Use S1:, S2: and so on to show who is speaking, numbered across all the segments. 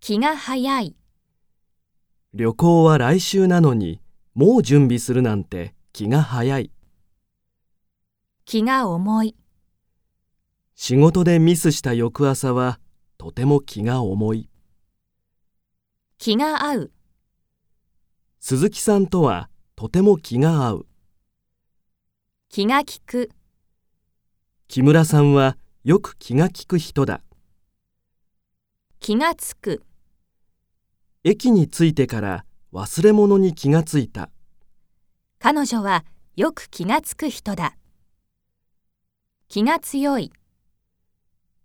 S1: 気が早い、
S2: 旅行は来週なのにもう準備するなんて気が早い
S1: 気が重い、
S2: 仕事でミスした翌朝はとても気が重い
S1: 気が合う、
S2: 鈴木さんとはとても気が合う
S1: 気が利く、
S2: 木村さんはよく気が利く人だ
S1: 気がつく、
S2: 駅に着いてから忘れ物に気がついた
S1: 彼女はよく気がつく人だ。気が強い、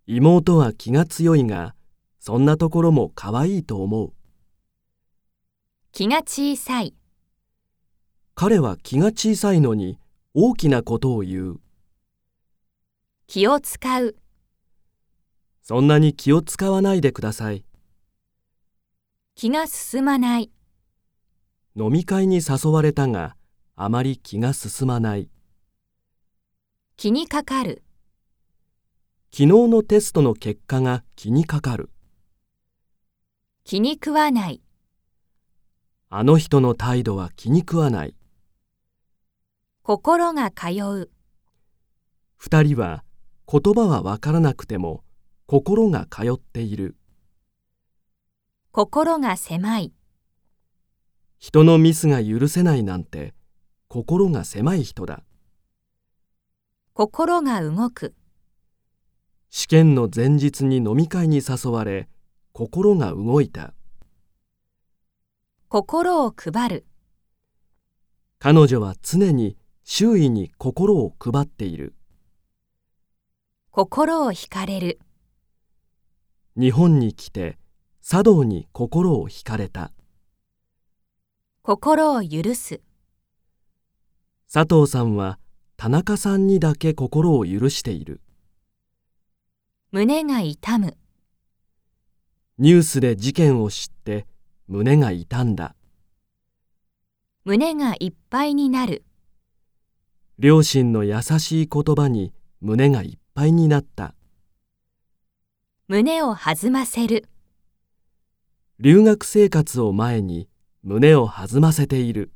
S2: 妹は気が強いがそんなところも可愛いと思う
S1: 気が小さい、
S2: 彼は気が小さいのに大きなことを言う
S1: 気を使う、
S2: そんなに気を使わないでください
S1: 気が進まない、
S2: 飲み会に誘われたがあまり気が進まない
S1: 気にかかる、
S2: 昨日のテストの結果が気にかかる
S1: 気に食わない、
S2: あの人の態度は気に食わない
S1: 心が通う、
S2: 二人は言葉はわからなくても心が通っている
S1: 心が狭い、
S2: 人のミスが許せないなんて心が狭い人だ
S1: 心が動く、
S2: 試験の前日に飲み会に誘われ心が動いた
S1: 心を配る、
S2: 彼女は常に周囲に心を配っている
S1: 心を惹かれる、
S2: 日本に来て茶道に心を惹かれた
S1: 心を許す、
S2: 佐藤さんは田中さんにだけ心を許している
S1: 胸が痛む、
S2: ニュースで事件を知って胸が痛んだ
S1: 胸がいっぱいになる、
S2: 両親の優しい言葉に胸がいっぱいになった
S1: 胸を弾ませる。
S2: 留学生活を前に胸を弾ませている